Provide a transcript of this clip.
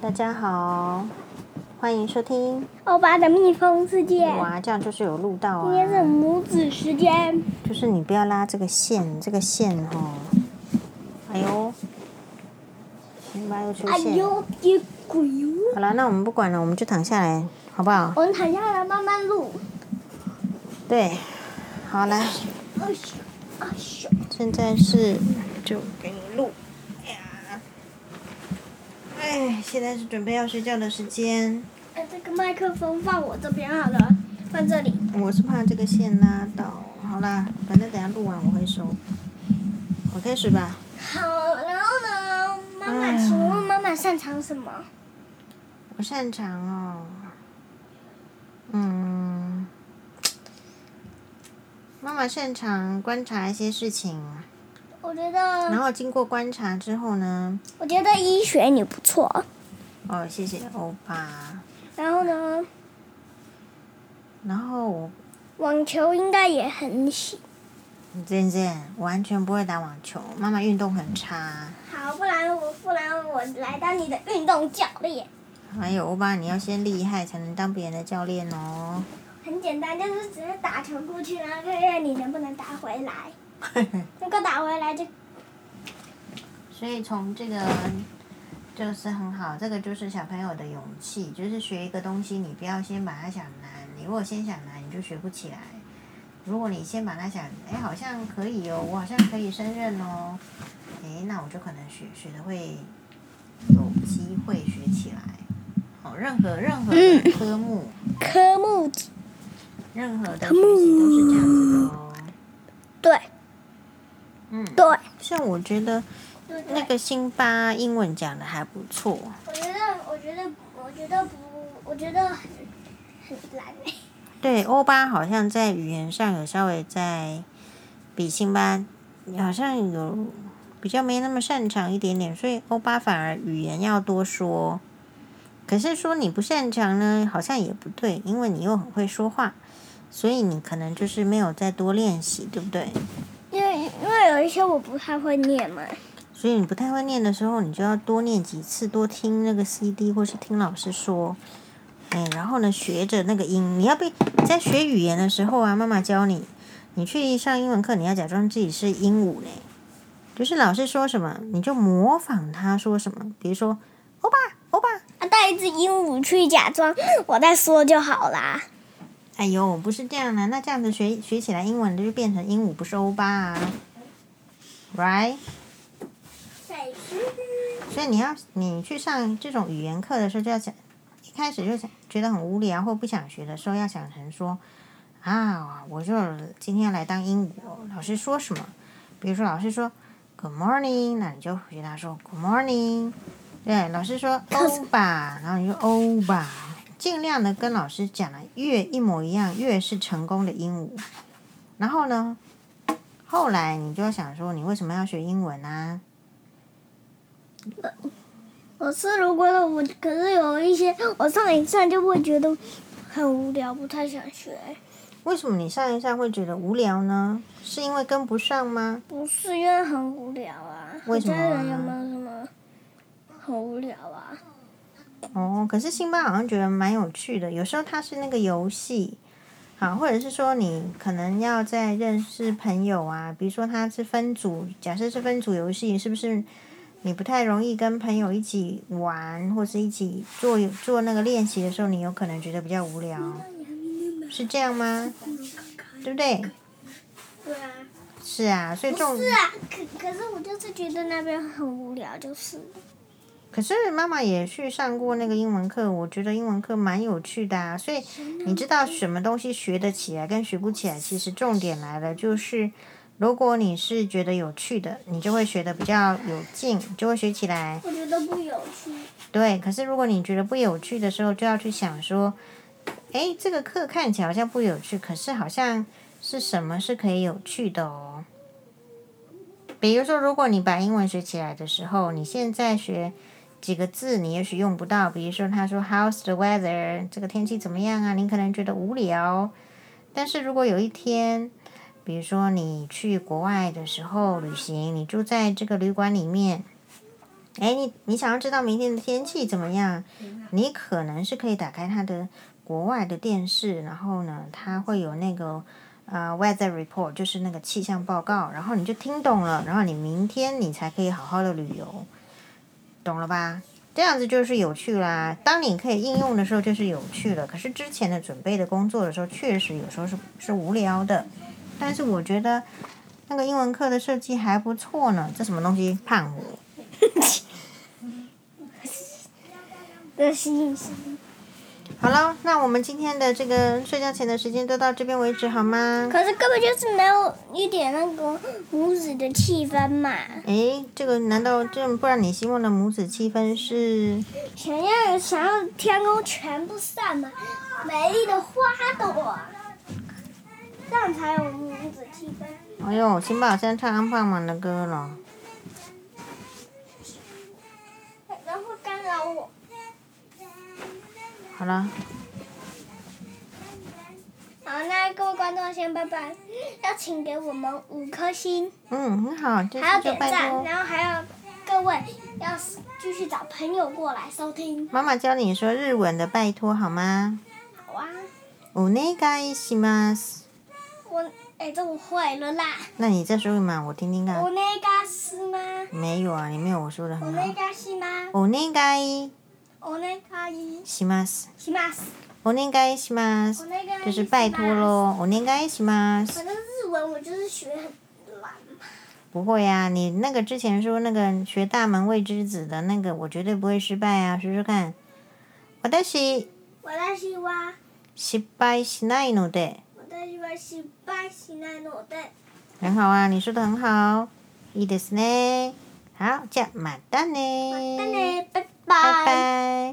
大家好，欢迎收听。欧巴的蜜蜂世界。哇，这样就是有录到今天是啊。母子时间，就是你不要拉这个线，这个线哦。哎呦，你妈又出哎线。呦，结鬼哟！好了，那我们不管了，我们就躺下来，好不好？我们躺下来慢慢录。对，好来，二十，二十，现在是就给你录。哎呀，哎，现在是准备要睡觉的时间。哎，这个麦克风放我这边好了，放这里。我是怕这个线拉到，好啦，反正等下录完我会收。我开始吧。好，然后呢？妈哎妈，请问妈妈擅长什么？我擅长哦，嗯，妈妈擅长观察一些事情，我觉然得，后经过观察之后呢，我觉得医学你不错。哦，谢谢欧巴。然后呢，然后我网球应该也很喜。健健完全不会打网球，妈妈运动很差。好，不然我，不然我来当你的运动教练。还哎有欧巴，你要先厉害才能当别人的教练哦。很简单，就是只是打球过去，然后看看你能不能打回来。如果打回来就所以从这个就是很好，这个就是小朋友的勇气，就是学一个东西，你不要先把它想难，你如果先想难，你就学不起来。如果你先把它想，哎，好像可以哦，我好像可以胜任哦，哎，那我就可能学学的会有机会学起来。哦，任何任何的科目，科目任何的学习都是这样子的哦。对嗯，对，像我觉得对那个辛巴英文讲的还不错。我觉得我觉得我觉得不，我觉得很很难欸。对，欧巴好像在语言上有稍微在比辛巴好像有比较没那么擅长一点点，所以欧巴反而语言要多说。可是说你不擅长呢，好像也不对，因为你又很会说话，所以你可能就是没有再多练习，对不对？因为因为有一些我不太会念嘛，所以你不太会念的时候，你就要多念几次，多听那个 CD 或是听老师说，哎，然后呢，学着那个音。你要被你在学语言的时候啊，妈妈教你，你去上英文课，你要假装自己是鹦鹉嘞，就是老师说什么，你就模仿他说什么。比如说，欧巴，欧巴，啊，带一只鹦鹉去假装我在说就好啦。哎呦，不是这样的、那这样子学学起来英文就变成鹦鹉，不是欧巴啊，right？所以你要你去上这种语言课的时候，就要想，一开始就想觉得很无聊或不想学的时候，要想成说，啊，我就今天要来当鹦鹉哦，老师说什么？比如说老师说 Good morning，那你就回答说 Good morning。对，老师说欧巴，然后你就欧巴，尽量的跟老师讲的越一模一样，越是成功的鹦鹉。然后呢，后来你就想说，你为什么要学英文啊？我是如果我可是有一些我上一上就会觉得很无聊，不太想学。为什么你上一上会觉得无聊呢？是因为跟不上吗？不是因为很无聊啊，为什么啊家人有没有什么很无聊啊？哦，可是辛巴好像觉得蛮有趣的。有时候它是那个游戏，好，或者是说你可能要在认识朋友啊，比如说它是分组，假设是分组游戏，是不是你不太容易跟朋友一起玩，或是一起做做那个练习的时候，你有可能觉得比较无聊，是这样吗？对不对？对啊，是啊，所以不这种是啊，可可是我就是觉得那边很无聊，就是 可是妈妈也去上过那个英文课，我觉得英文课蛮有趣的啊。所以你知道什么东西学得起来跟学不起来，其实重点来了，就是如果你是觉得有趣的，你就会学得比较有劲，就会学起来。我觉得不有趣。对，可是如果你觉得不有趣的时候，就要去想说，诶，这个课看起来好像不有趣，可是好像是什么是可以有趣的哦。比如说，如果你把英文学起来的时候，你现在学几个字，你也许用不到。比如说，他说 “How's the weather？” 这个天气怎么样啊？你可能觉得无聊，但是如果有一天，比如说你去国外的时候旅行，你住在这个旅馆里面，哎，你你想要知道明天的天气怎么样？你可能是可以打开它的国外的电视，然后呢，它会有那个呃 weather report，就是那个气象报告，然后你就听懂了，然后你明天你才可以好好的旅游，懂了吧？这样子就是有趣啦。当你可以应用的时候，就是有趣了。可是之前的准备的工作的时候，确实有时候是是无聊的。但是我觉得那个英文课的设计还不错呢。这什么东西？胖虎。的星星。好了，那我们今天的这个睡觉前的时间就到这边为止，好吗？可是根本就是没有一点那个母子的气氛嘛。诶，哎这个难道这不然你希望的母子气氛是？想要想要天空全部散满美丽的花朵，这样才有母子气氛。哎呦，辛巴好像唱安胖满的歌了。然后干扰我。好了，好，那各位观众先拜拜，要请给我们五颗星，嗯，很好，这还要啊次就点拜赞，托。然后还要各位要继续找朋友过来收听。妈妈教你说日文的拜托好吗？好啊，お願いします。我哎、这我会了啦。那你再说一嘛，我听听看我。那个是吗？没有啊，你没有我说的お很好願。いします。お願いお願いします。します。お願いしますお。願いします。就是拜托。喽。お願いします。反正日文我就是学很懒嘛。不会呀、你那个之前说那个学大门未知子的那个，我绝对不会失败啊！试试看。私我的希望，失敗しないので，我的希望失败しないので。很好啊，你说的很好，いいですね。好，じゃあまたね，またね、バイ拜バイ。拜。